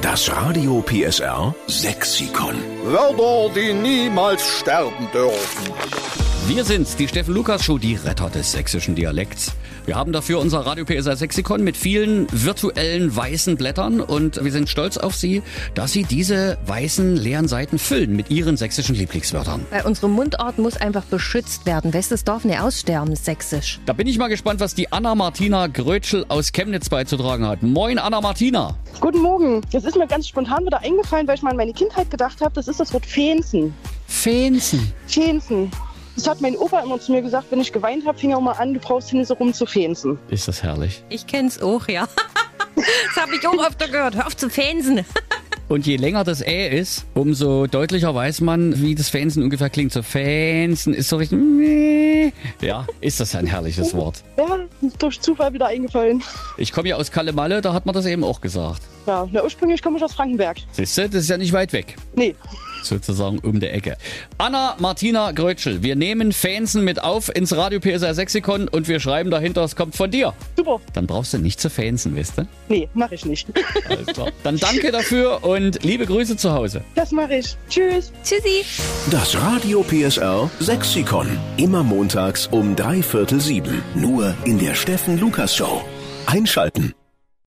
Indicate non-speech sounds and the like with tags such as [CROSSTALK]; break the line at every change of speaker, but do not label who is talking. Das Radio PSR Sexikon.
Wörter, die niemals sterben dürfen.
Wir sind's, die Steffen Lukas Show, die Retter des sächsischen Dialekts. Wir haben dafür unser Radio PSR Sexikon mit vielen virtuellen weißen Blättern und wir sind stolz auf Sie, dass Sie diese weißen leeren Seiten füllen mit Ihren sächsischen Lieblingswörtern.
Weil Äh, unsere Mundart muss einfach beschützt werden. Westes darf nicht aussterben, sächsisch.
Da bin ich mal gespannt, was die Anna Martina Grötschel aus Chemnitz beizutragen hat. Moin Anna Martina.
Guten Morgen. Das ist mir ganz spontan wieder eingefallen, weil ich mal an meine Kindheit gedacht habe. Das ist das Wort Fähnchen.
Fähnchen.
Fähnchen. Das hat mein Opa immer zu mir gesagt, wenn ich geweint habe, fing er immer an, du brauchst hier nicht so rumzufähnchen.
Ist das herrlich.
Ich kenn's auch, ja. [LAUGHS] das habe ich auch öfter gehört. Hör auf zu fansen.
Und je länger das Ä ist, umso deutlicher weiß man, wie das Fansen ungefähr klingt. So Fansen ist so richtig. Ja, ist das ein herrliches Wort.
Ja, ist durch Zufall wieder eingefallen.
Ich komme ja aus Kalemalle, da hat man das eben auch gesagt.
Ja, na, ursprünglich komme ich aus Frankenberg.
Siehst du, das ist ja nicht weit weg.
Nee,
Sozusagen um der Ecke. Anna Martina Grötschel, wir nehmen Fansen mit auf ins Radio PSR Sexikon und wir schreiben dahinter, es kommt von dir.
super.
Dann brauchst du nicht zu fansen, weißt du?
Nee, mache ich nicht. [LAUGHS]
Alles klar. Dann danke dafür und liebe Grüße zu Hause.
Das mache ich. Tschüss.
Tschüssi.
Das Radio PSR Sexikon. Immer montags um drei Viertel sieben. Nur in der Steffen Lukas Show. Einschalten.